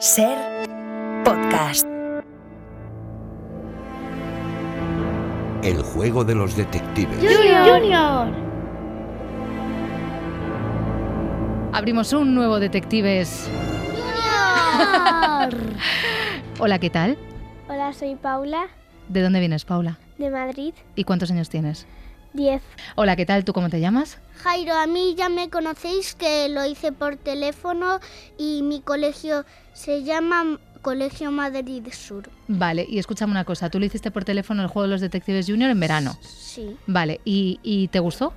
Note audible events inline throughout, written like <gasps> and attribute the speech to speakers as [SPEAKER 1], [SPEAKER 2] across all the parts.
[SPEAKER 1] Ser podcast.
[SPEAKER 2] El juego de los detectives.
[SPEAKER 3] Junior.
[SPEAKER 4] Abrimos un nuevo Detectives. <laughs> Hola, ¿qué tal?
[SPEAKER 3] Hola, soy Paula,
[SPEAKER 4] ¿De dónde vienes, Paula?
[SPEAKER 3] de Madrid,
[SPEAKER 4] ¿Y cuántos años tienes?
[SPEAKER 3] 10.
[SPEAKER 4] Hola, ¿qué tal? ¿Tú cómo te llamas?
[SPEAKER 3] Jairo, a mí ya me conocéis que lo hice por teléfono y mi colegio se llama Colegio Madrid Sur.
[SPEAKER 4] Vale, y escúchame una cosa. Tú le hiciste por teléfono el juego de los detectives junior en verano.
[SPEAKER 3] Sí.
[SPEAKER 4] Vale, ¿y, y te gustó?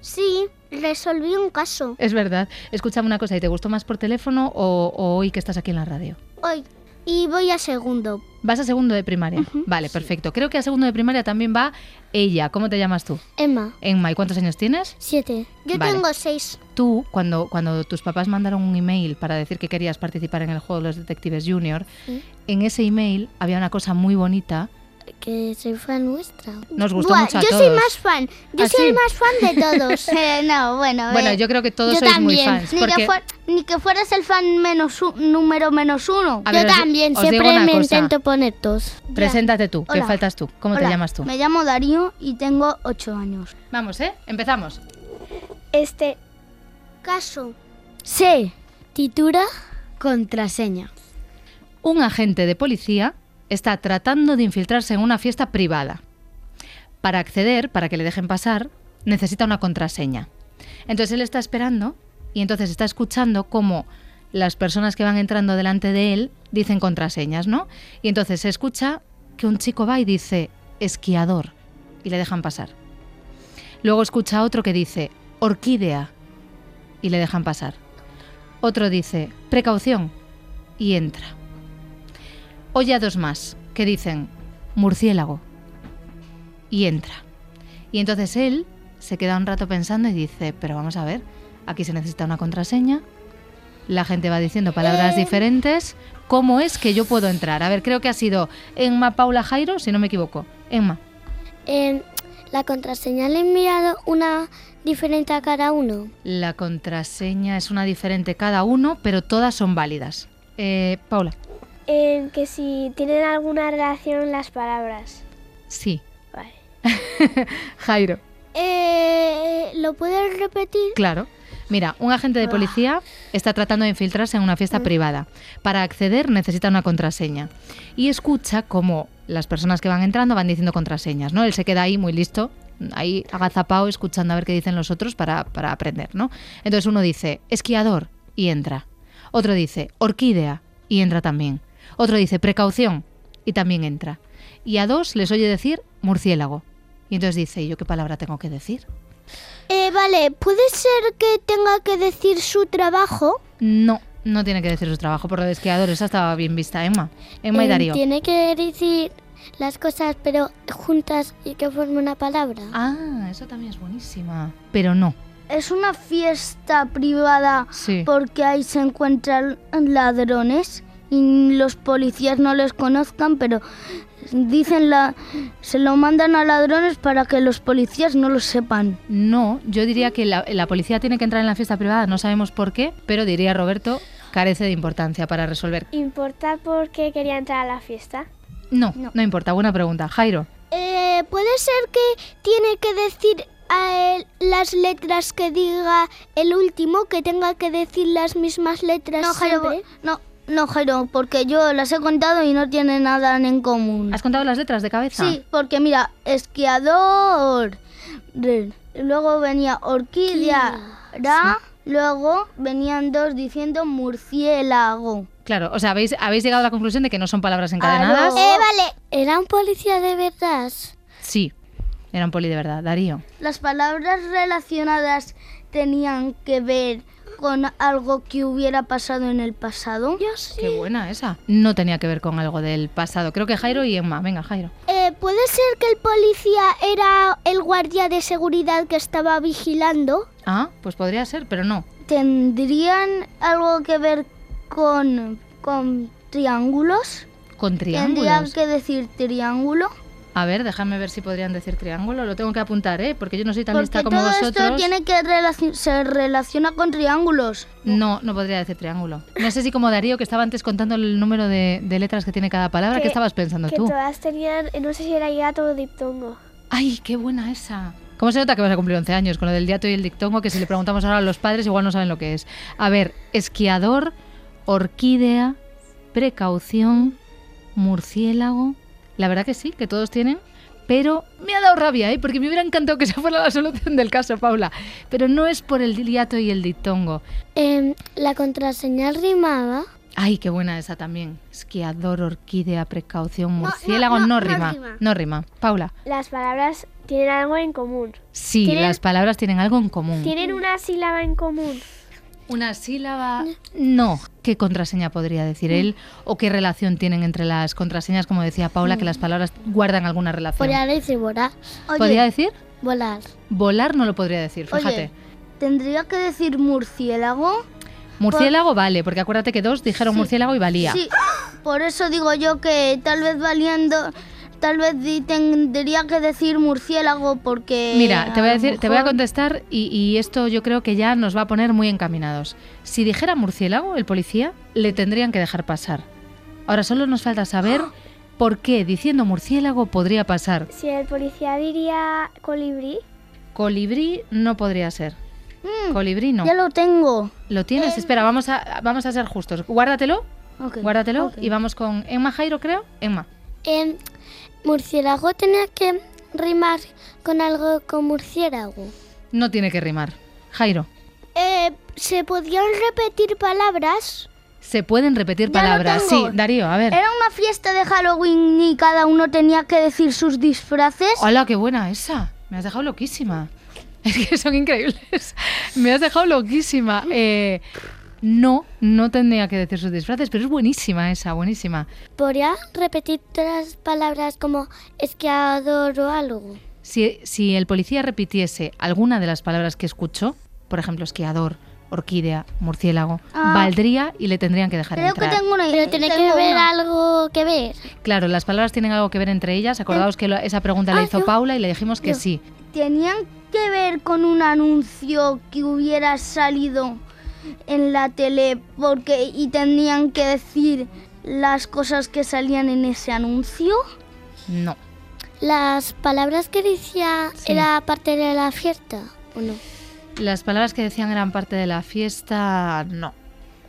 [SPEAKER 3] Sí, resolví un caso.
[SPEAKER 4] Es verdad. Escúchame una cosa. ¿Y te gustó más por teléfono o, o hoy que estás aquí en la radio?
[SPEAKER 3] Hoy. Y voy a segundo.
[SPEAKER 4] Vas a segundo de primaria. Vale, perfecto. Creo que a segundo de primaria también va ella. ¿Cómo te llamas tú?
[SPEAKER 3] Emma.
[SPEAKER 4] Emma, ¿y cuántos años tienes?
[SPEAKER 3] 7. Yo
[SPEAKER 4] Vale.
[SPEAKER 3] tengo 6.
[SPEAKER 4] Tú, cuando, cuando tus papás mandaron un email para decir que querías participar en el juego de los detectives junior,
[SPEAKER 3] Sí.
[SPEAKER 4] en ese email había una cosa muy bonita.
[SPEAKER 3] Que soy fan nuestra.
[SPEAKER 4] Nos gustó mucho a
[SPEAKER 3] yo
[SPEAKER 4] todos.
[SPEAKER 3] soy más fan. Yo
[SPEAKER 4] ¿Ah,
[SPEAKER 3] soy
[SPEAKER 4] sí?
[SPEAKER 3] el más fan de <laughs> todos. Eh, no,
[SPEAKER 4] <laughs>
[SPEAKER 3] bueno.
[SPEAKER 4] Bueno, yo creo que todos sois muy fans.
[SPEAKER 3] Ni,
[SPEAKER 4] porque-
[SPEAKER 3] que fuer- ni que fueras el fan menos u- número menos uno.
[SPEAKER 4] A Yo ver, os- también, os digo siempre una me cosa. intento
[SPEAKER 3] poner tos.
[SPEAKER 4] Preséntate tú, que
[SPEAKER 3] Hola.
[SPEAKER 4] faltas tú. ¿Cómo te llamas tú?
[SPEAKER 3] Me llamo Darío y tengo ocho años.
[SPEAKER 4] Vamos, ¿eh? Empezamos.
[SPEAKER 3] Este caso se titula Contraseña.
[SPEAKER 4] Un agente de policía está tratando de infiltrarse en una fiesta privada. Para acceder, para que le dejen pasar, necesita una contraseña. Entonces él está esperando y entonces está escuchando cómo las personas que van entrando delante de él dicen contraseñas, ¿no? Y entonces se escucha que un chico va y dice esquiador y le dejan pasar. Luego escucha a otro que dice orquídea y le dejan pasar. Otro dice precaución y entra. Oye a dos más que dicen murciélago y entra. Y entonces él se queda un rato pensando y dice, pero vamos a ver, aquí se necesita una contraseña. La gente va diciendo palabras diferentes. ¿Cómo es que yo puedo entrar? A ver, creo que ha sido Emma Paula Jairo, si no me equivoco. Emma.
[SPEAKER 3] la contraseña le he enviado una diferente a cada uno.
[SPEAKER 4] La contraseña es una diferente cada uno, pero todas son válidas. Eh, Paula.
[SPEAKER 3] que si tienen alguna relación las palabras.
[SPEAKER 4] Sí.
[SPEAKER 3] Vale.
[SPEAKER 4] <laughs> Jairo.
[SPEAKER 3] Eh, ¿Lo puedes repetir?
[SPEAKER 4] Claro. Mira, un agente de policía está tratando de infiltrarse en una fiesta privada. Para acceder necesita una contraseña. Y escucha cómo las personas que van entrando van diciendo contraseñas, ¿no? Él se queda ahí muy listo, ahí agazapao, escuchando a ver qué dicen los otros para, para aprender, ¿no? Entonces uno dice esquiador y entra. Otro dice orquídea y entra también. Otro dice precaución y también entra. Y a dos les oye decir murciélago. Y entonces dice, ¿y yo qué palabra tengo que decir?
[SPEAKER 3] Eh, vale, ¿puede ser que tenga que decir su trabajo?
[SPEAKER 4] No, no tiene que decir su trabajo por lo de esquiador. Esa estaba bien vista, Emma. Emma y Eh, Darío.
[SPEAKER 3] Eh, Tiene que decir las cosas, pero juntas y que forme una palabra.
[SPEAKER 4] Ah, eso también es buenísima. Pero no.
[SPEAKER 3] Es una fiesta privada
[SPEAKER 4] Sí.
[SPEAKER 3] porque ahí se encuentran ladrones y los policías no les conozcan, pero dicen la se lo mandan a ladrones para que los policías no lo sepan.
[SPEAKER 4] No, yo diría que la, la policía tiene que entrar en la fiesta privada, no sabemos por qué, pero diría Roberto, carece de importancia para resolver.
[SPEAKER 5] ¿Importa por qué quería entrar a la fiesta?
[SPEAKER 4] No, no,
[SPEAKER 3] No.
[SPEAKER 4] importa, buena pregunta. Jairo,
[SPEAKER 3] Eh, ¿Puede ser que tiene que decir eh, las letras que diga el último, que tenga que decir las mismas letras? No, Jairo, no, no, Jairo, porque yo las he contado y no tiene nada en común.
[SPEAKER 4] ¿has contado las letras de cabeza?
[SPEAKER 3] Mm. Sí, porque mira, esquiador. re, Luego venía orquídea. ra, Luego venían dos diciendo murciélago.
[SPEAKER 4] Claro, o sea, habéis, habéis llegado a la conclusión de que no son palabras encadenadas.
[SPEAKER 3] Eh, vale. ¿Era un policía de verdad?
[SPEAKER 4] Sí, era un poli de verdad. Darío.
[SPEAKER 3] Las palabras relacionadas tenían que ver con algo que hubiera pasado en el pasado. Yo
[SPEAKER 4] Qué buena esa. No tenía que ver con algo del pasado. Creo que Jairo y Emma. Venga, Jairo.
[SPEAKER 3] Eh, ¿Puede ser que el policía era el guardia de seguridad que estaba vigilando?
[SPEAKER 4] Ah, pues podría ser, pero no.
[SPEAKER 3] ¿Tendrían algo que ver con, con triángulos?
[SPEAKER 4] Con
[SPEAKER 3] ¿Tendrían
[SPEAKER 4] triángulos.
[SPEAKER 3] que decir triángulo?
[SPEAKER 4] A ver, déjame ver si podrían decir triángulo. Lo tengo que apuntar, ¿eh? Porque yo no soy tan lista
[SPEAKER 3] Porque
[SPEAKER 4] como
[SPEAKER 3] todo
[SPEAKER 4] vosotros.
[SPEAKER 3] esto tiene que relaci- se relaciona con triángulos.
[SPEAKER 4] No, no podría decir triángulo. No sé si como Darío, que estaba antes contando el número de, de letras que tiene cada palabra, ¿qué estabas pensando
[SPEAKER 5] que
[SPEAKER 4] tú?
[SPEAKER 5] todas tenían, no sé si era hiato o diptongo.
[SPEAKER 4] ¡Ay, qué buena esa! ¿Cómo se nota que vas a cumplir 11 años con lo del diato y el dictongo? Que si le preguntamos ahora a los padres, igual no saben lo que es. A ver, esquiador, orquídea, precaución, murciélago. La verdad que sí, que todos tienen. Pero me ha dado rabia, ¿eh? porque me hubiera encantado que esa fuera la solución del caso, Paula. Pero no es por el diato y el dictongo.
[SPEAKER 5] Em,
[SPEAKER 3] la contraseña rimaba.
[SPEAKER 4] Ay, qué buena esa también. Esquiador, orquídea, precaución, murciélago. No,
[SPEAKER 3] no, no
[SPEAKER 4] rima,
[SPEAKER 3] rima.
[SPEAKER 4] No rima. Paula,
[SPEAKER 5] Las palabras tienen algo en común.
[SPEAKER 4] sí,
[SPEAKER 5] Tienen-
[SPEAKER 4] las palabras tienen algo en común.
[SPEAKER 5] Tienen una sílaba en común.
[SPEAKER 4] Una sílaba. No. ¿Qué contraseña podría decir él? ¿O qué relación tienen entre las contraseñas? Como decía Paula, que las palabras guardan alguna relación.
[SPEAKER 3] Volar y volar.
[SPEAKER 4] ¿Podría decir?
[SPEAKER 3] volar.
[SPEAKER 4] Volar no lo podría decir, fíjate.
[SPEAKER 3] Oye, tendría que decir murciélago.
[SPEAKER 4] Murciélago vale, porque acuérdate que dos dijeron murciélago y valía.
[SPEAKER 3] Sí, por eso digo yo que tal vez valiendo, tal vez di- tendría que decir murciélago porque...
[SPEAKER 4] Mira, te voy a
[SPEAKER 3] eh, lo
[SPEAKER 4] decir, te voy a
[SPEAKER 3] mejor-
[SPEAKER 4] contestar y, y esto yo creo que ya nos va a poner muy encaminados. Si dijera murciélago, el policía, le tendrían que dejar pasar. Ahora solo nos
[SPEAKER 3] <gasps>
[SPEAKER 4] falta saber por qué diciendo murciélago podría pasar.
[SPEAKER 5] Si el policía diría colibrí,
[SPEAKER 4] Colibrí no podría ser.
[SPEAKER 3] Mm,
[SPEAKER 4] Colibrí no.
[SPEAKER 3] Ya lo tengo.
[SPEAKER 4] ¿Lo tienes? Espera, vamos a, vamos a ser justos. Guárdatelo,
[SPEAKER 3] Ok.
[SPEAKER 4] guárdatelo
[SPEAKER 3] Ok.
[SPEAKER 4] y vamos con Emma Jairo, creo. Emma.
[SPEAKER 6] Em, murciélago tenía que rimar con algo con murciélago.
[SPEAKER 4] No tiene que rimar. Jairo.
[SPEAKER 6] Eh, ¿Se podían repetir palabras?
[SPEAKER 4] Se pueden repetir
[SPEAKER 3] Ya lo
[SPEAKER 4] palabras. Sí,
[SPEAKER 3] tengo.
[SPEAKER 4] Darío, a ver.
[SPEAKER 3] Era una fiesta de Halloween y cada uno tenía que decir sus disfraces.
[SPEAKER 4] Hola, qué buena esa. Me has dejado loquísima. <laughs> Es que son increíbles. Me has dejado loquísima. Eh, no, no tendría que decir sus disfraces, pero es buenísima esa, buenísima.
[SPEAKER 6] ¿Podría repetir otras palabras como esquiador o algo?
[SPEAKER 4] Si, si el policía repitiese alguna de las palabras que escuchó, por ejemplo, esquiador, orquídea, murciélago,
[SPEAKER 3] Ah.
[SPEAKER 4] valdría y le tendrían que dejar
[SPEAKER 3] Creo
[SPEAKER 4] entrar.
[SPEAKER 3] que tengo una
[SPEAKER 6] Pero tiene que
[SPEAKER 3] tengo
[SPEAKER 6] haber
[SPEAKER 3] una.
[SPEAKER 6] algo que ver.
[SPEAKER 4] Claro, las palabras tienen algo que ver entre ellas. Acordaos
[SPEAKER 3] Eh,
[SPEAKER 4] que lo- esa pregunta la
[SPEAKER 6] Ah,
[SPEAKER 4] hizo
[SPEAKER 6] yo-
[SPEAKER 4] Paula y le dijimos que
[SPEAKER 6] yo.
[SPEAKER 4] sí.
[SPEAKER 3] Tenían que ver con un anuncio que hubiera salido en la tele porque y tenían que decir las cosas que salían en ese anuncio.
[SPEAKER 4] No.
[SPEAKER 6] ¿Las palabras que decía
[SPEAKER 4] Sí.
[SPEAKER 6] era parte de la fiesta o no?
[SPEAKER 4] Las palabras que decían eran parte de la fiesta, no.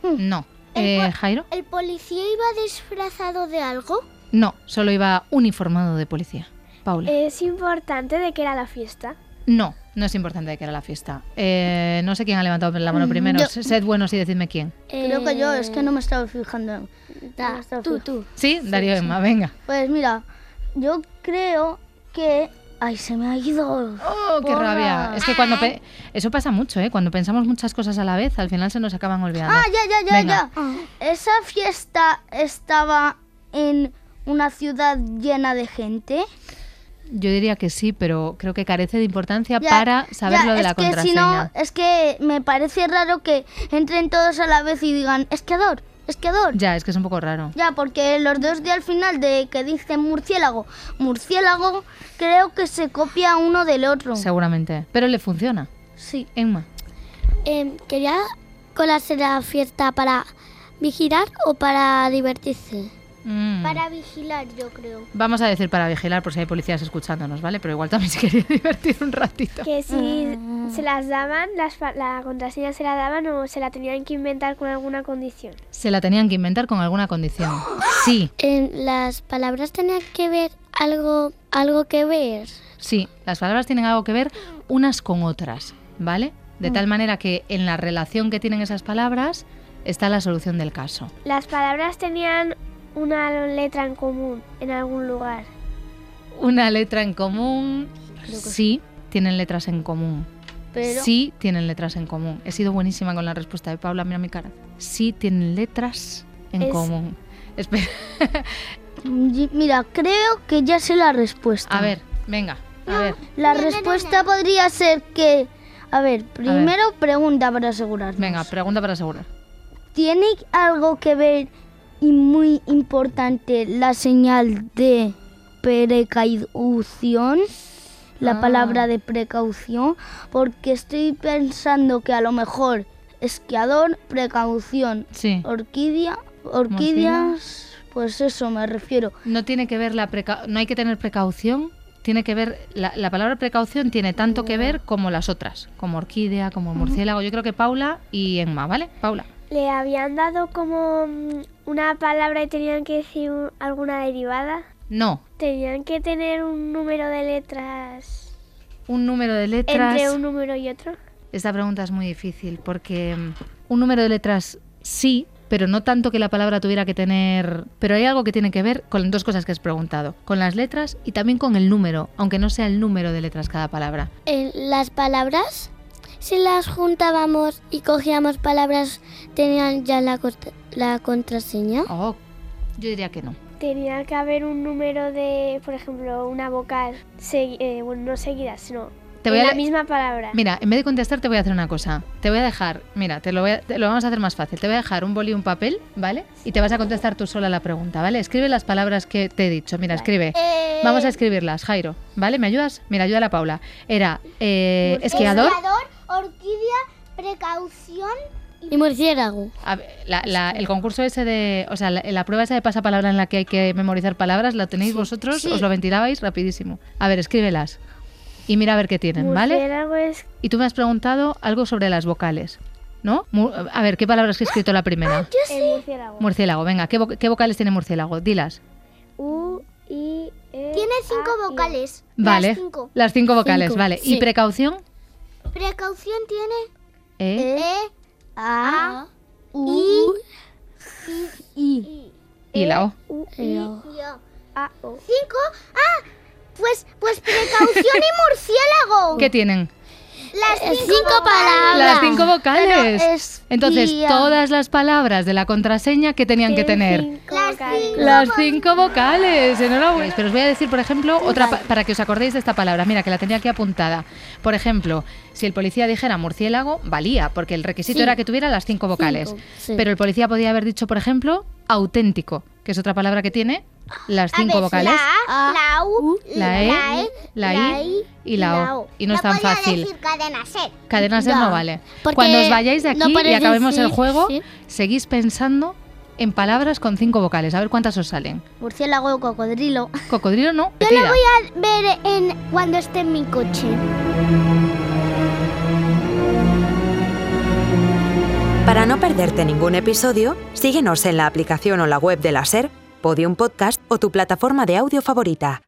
[SPEAKER 3] Hmm.
[SPEAKER 4] No. Eh, Jairo,
[SPEAKER 6] ¿El policía iba disfrazado de algo?
[SPEAKER 4] no. Solo iba uniformado de policía.
[SPEAKER 3] Eh,
[SPEAKER 4] Paula.
[SPEAKER 5] es importante de que era la fiesta.
[SPEAKER 4] No, no es importante que era la fiesta. Eh, no sé quién ha levantado la mano primero.
[SPEAKER 3] mm, yo.
[SPEAKER 4] Sed buenos y decidme quién.
[SPEAKER 3] Creo que yo, es que no me estaba fijando. No me estaba
[SPEAKER 6] Eh, tú,
[SPEAKER 3] fijando.
[SPEAKER 6] tú.
[SPEAKER 4] Sí, Darío Emma, venga.
[SPEAKER 3] Pues mira, yo creo que... Ay, se me ha ido.
[SPEAKER 4] ¡Oh, qué
[SPEAKER 3] Porra.
[SPEAKER 4] rabia! Es que cuando... pe- Eso pasa mucho, ¿eh? Cuando pensamos muchas cosas a la vez, al final se nos acaban olvidando.
[SPEAKER 3] Ah, ya, ya, ya,
[SPEAKER 4] Venga.
[SPEAKER 3] ya. Esa fiesta estaba en una ciudad llena de gente.
[SPEAKER 4] Yo diría que sí, pero creo que carece de importancia
[SPEAKER 3] Ya,
[SPEAKER 4] para saber
[SPEAKER 3] ya,
[SPEAKER 4] lo de
[SPEAKER 3] es
[SPEAKER 4] la
[SPEAKER 3] que si
[SPEAKER 4] contraseña.
[SPEAKER 3] no, es que me parece raro que entren todos a la vez y digan esquiador, esquiador. Ya,
[SPEAKER 4] Ya, es que es un poco raro.
[SPEAKER 3] porque los dos de al final de que dicen murciélago, murciélago, creo que se copia uno del otro.
[SPEAKER 4] Seguramente. Pero le funciona.
[SPEAKER 3] Sí.
[SPEAKER 4] Emma.
[SPEAKER 6] Em, ¿Quería colarse la fiesta para vigilar o para divertirse?
[SPEAKER 4] Mm.
[SPEAKER 6] vigilar, yo creo.
[SPEAKER 4] Vamos a decir para vigilar por si hay policías escuchándonos, ¿vale? Pero igual también <laughs> se quería divertir un ratito.
[SPEAKER 5] Que si se las daban, las pa- la contraseña se la daban o se la tenían que inventar con alguna condición.
[SPEAKER 4] Se la tenían que inventar con alguna condición. Sí,
[SPEAKER 6] Em, las palabras tenían que ver algo, algo que ver.
[SPEAKER 4] sí. Las palabras tienen algo que ver unas con otras, ¿vale? De tal manera que en la relación que tienen esas palabras está la solución del caso.
[SPEAKER 5] Las palabras tenían una letra en común en algún lugar.
[SPEAKER 4] Una letra en común. Sí, tienen letras en común.
[SPEAKER 3] Pero
[SPEAKER 4] Sí, tienen letras en común. He sido buenísima con la respuesta de Paula, mira mi cara. Sí, tienen letras en
[SPEAKER 5] Es-
[SPEAKER 4] común. Espera.
[SPEAKER 3] y- mira, creo que ya sé la respuesta.
[SPEAKER 4] A ver, venga, a ver.
[SPEAKER 3] La respuesta podría ser que a ver, primero pregunta para asegurarnos.
[SPEAKER 4] Venga, pregunta para asegurar.
[SPEAKER 3] ¿Tiene algo que ver y muy importante la señal de precaución, la
[SPEAKER 4] Ah.
[SPEAKER 3] palabra de precaución, porque estoy pensando que a lo mejor esquiador, precaución,
[SPEAKER 4] Sí.
[SPEAKER 3] orquídea, orquídeas, pues eso me refiero.
[SPEAKER 4] No tiene que ver la preca- no hay que tener precaución. Tiene que ver la, la palabra precaución tiene tanto que ver como las otras, como orquídea, como murciélago. Yo creo que Paula y Enma, ¿vale? Paula.
[SPEAKER 5] ¿Le habían dado como mm, una palabra y tenían que decir un- alguna derivada?
[SPEAKER 4] No,
[SPEAKER 5] Tenían que tener un número de letras
[SPEAKER 4] un número de letras.
[SPEAKER 5] entre un número y otro.
[SPEAKER 4] Esta pregunta es muy difícil porque mm, un número de letras sí, pero no tanto que la palabra tuviera que tener. Pero hay algo que tiene que ver con dos cosas que has preguntado: con las letras y también con el número, aunque no sea el número de letras cada palabra.
[SPEAKER 6] Eh, las palabras, si las juntábamos y cogíamos palabras, tenían ya la, costa- la contraseña.
[SPEAKER 4] Oh, yo diría que no.
[SPEAKER 5] Tenía que haber un número de, por ejemplo, una vocal, segui- eh, bueno, no seguidas, sino
[SPEAKER 4] Te voy
[SPEAKER 5] en
[SPEAKER 4] a
[SPEAKER 5] la
[SPEAKER 4] le-
[SPEAKER 5] misma palabra.
[SPEAKER 4] Mira, en vez de contestar te voy a hacer una cosa. Te voy a dejar, mira, te lo, voy a- te lo vamos a hacer más fácil. Te voy a dejar un boli y un papel, ¿vale? Y te vas a contestar tú sola la pregunta, ¿vale? Escribe las palabras que te he dicho. Mira, escribe.
[SPEAKER 6] Eh,
[SPEAKER 4] Vamos a escribirlas, Jairo. ¿Vale? ¿Me ayudas? Mira, ayuda a la Paula. Era eh, esquiador.
[SPEAKER 6] orquídea, precaución y murciélago.
[SPEAKER 4] A ver, la- la- el concurso ese de, o sea, la, la prueba esa de pasapalabra en la que hay que memorizar palabras, la tenéis vosotros, os lo ventilabais rapidísimo. A ver, escríbelas y mira a ver qué tienen, ¿vale?
[SPEAKER 5] Murciélago es
[SPEAKER 4] Y tú me has preguntado algo sobre las vocales, ¿no? Mu- a ver, ¿qué palabras que he escrito la primera?
[SPEAKER 5] el murciélago.
[SPEAKER 4] Murciélago, venga, ¿qué, vo- qué vocales tiene murciélago? Dilas.
[SPEAKER 5] U, I, E,
[SPEAKER 6] Tiene cinco
[SPEAKER 5] A, I.
[SPEAKER 6] vocales.
[SPEAKER 4] Ah, Vale.
[SPEAKER 6] Las cinco.
[SPEAKER 4] Las cinco vocales,
[SPEAKER 6] Cinco,
[SPEAKER 4] vale. ¿Y
[SPEAKER 6] sí.
[SPEAKER 4] precaución?
[SPEAKER 6] Precaución tiene
[SPEAKER 4] Eh,
[SPEAKER 6] E, A,
[SPEAKER 3] U,
[SPEAKER 6] E,
[SPEAKER 4] y la E, O.
[SPEAKER 5] U,
[SPEAKER 6] I,
[SPEAKER 5] I,
[SPEAKER 6] O.
[SPEAKER 5] A, O.
[SPEAKER 6] Cinco. Ah, pues, pues precaución y
[SPEAKER 4] <laughs>
[SPEAKER 6] murciélago.
[SPEAKER 4] ¿Qué tienen?
[SPEAKER 6] Las Eh, cinco, palabras.
[SPEAKER 4] Las cinco vocales.
[SPEAKER 6] Pero es
[SPEAKER 4] Entonces,
[SPEAKER 6] guía.
[SPEAKER 4] todas las palabras de la contraseña que tenían que tener.
[SPEAKER 5] Cinco
[SPEAKER 6] Las
[SPEAKER 5] vocales.
[SPEAKER 6] cinco.
[SPEAKER 4] Las cinco vocales, enhorabuena. Eh, Pero os voy a decir, por ejemplo, otra pa- para que os acordéis de esta palabra. Mira, que la tenía aquí apuntada. Por ejemplo, si el policía dijera murciélago, valía, porque el requisito
[SPEAKER 6] Sí.
[SPEAKER 4] era que tuviera las cinco vocales.
[SPEAKER 6] Cinco, sí.
[SPEAKER 4] Pero el policía podía haber dicho, por ejemplo, auténtico, que es otra palabra que tiene las cinco vocales.
[SPEAKER 6] A, la U,
[SPEAKER 4] la E, la I y la O. Y no es tan
[SPEAKER 6] podía
[SPEAKER 4] fácil.
[SPEAKER 6] decir cadena ser.
[SPEAKER 4] Cadena ser no
[SPEAKER 6] Ya.
[SPEAKER 4] vale.
[SPEAKER 6] Porque
[SPEAKER 4] Cuando os vayáis de
[SPEAKER 6] no
[SPEAKER 4] aquí y
[SPEAKER 6] parece
[SPEAKER 4] acabemos el
[SPEAKER 6] ser-
[SPEAKER 4] juego,
[SPEAKER 6] sí.
[SPEAKER 4] seguís pensando en palabras con cinco vocales. A ver cuántas os <laughs> salen.
[SPEAKER 6] Murciélago o cocodrilo. <laughs>
[SPEAKER 4] Cocodrilo no.
[SPEAKER 6] Yo
[SPEAKER 4] tira.
[SPEAKER 6] lo voy a ver en cuando esté en mi coche.
[SPEAKER 1] Para no perderte ningún episodio, síguenos en la aplicación o la web de la SER, Podium Podcast o tu plataforma de audio favorita.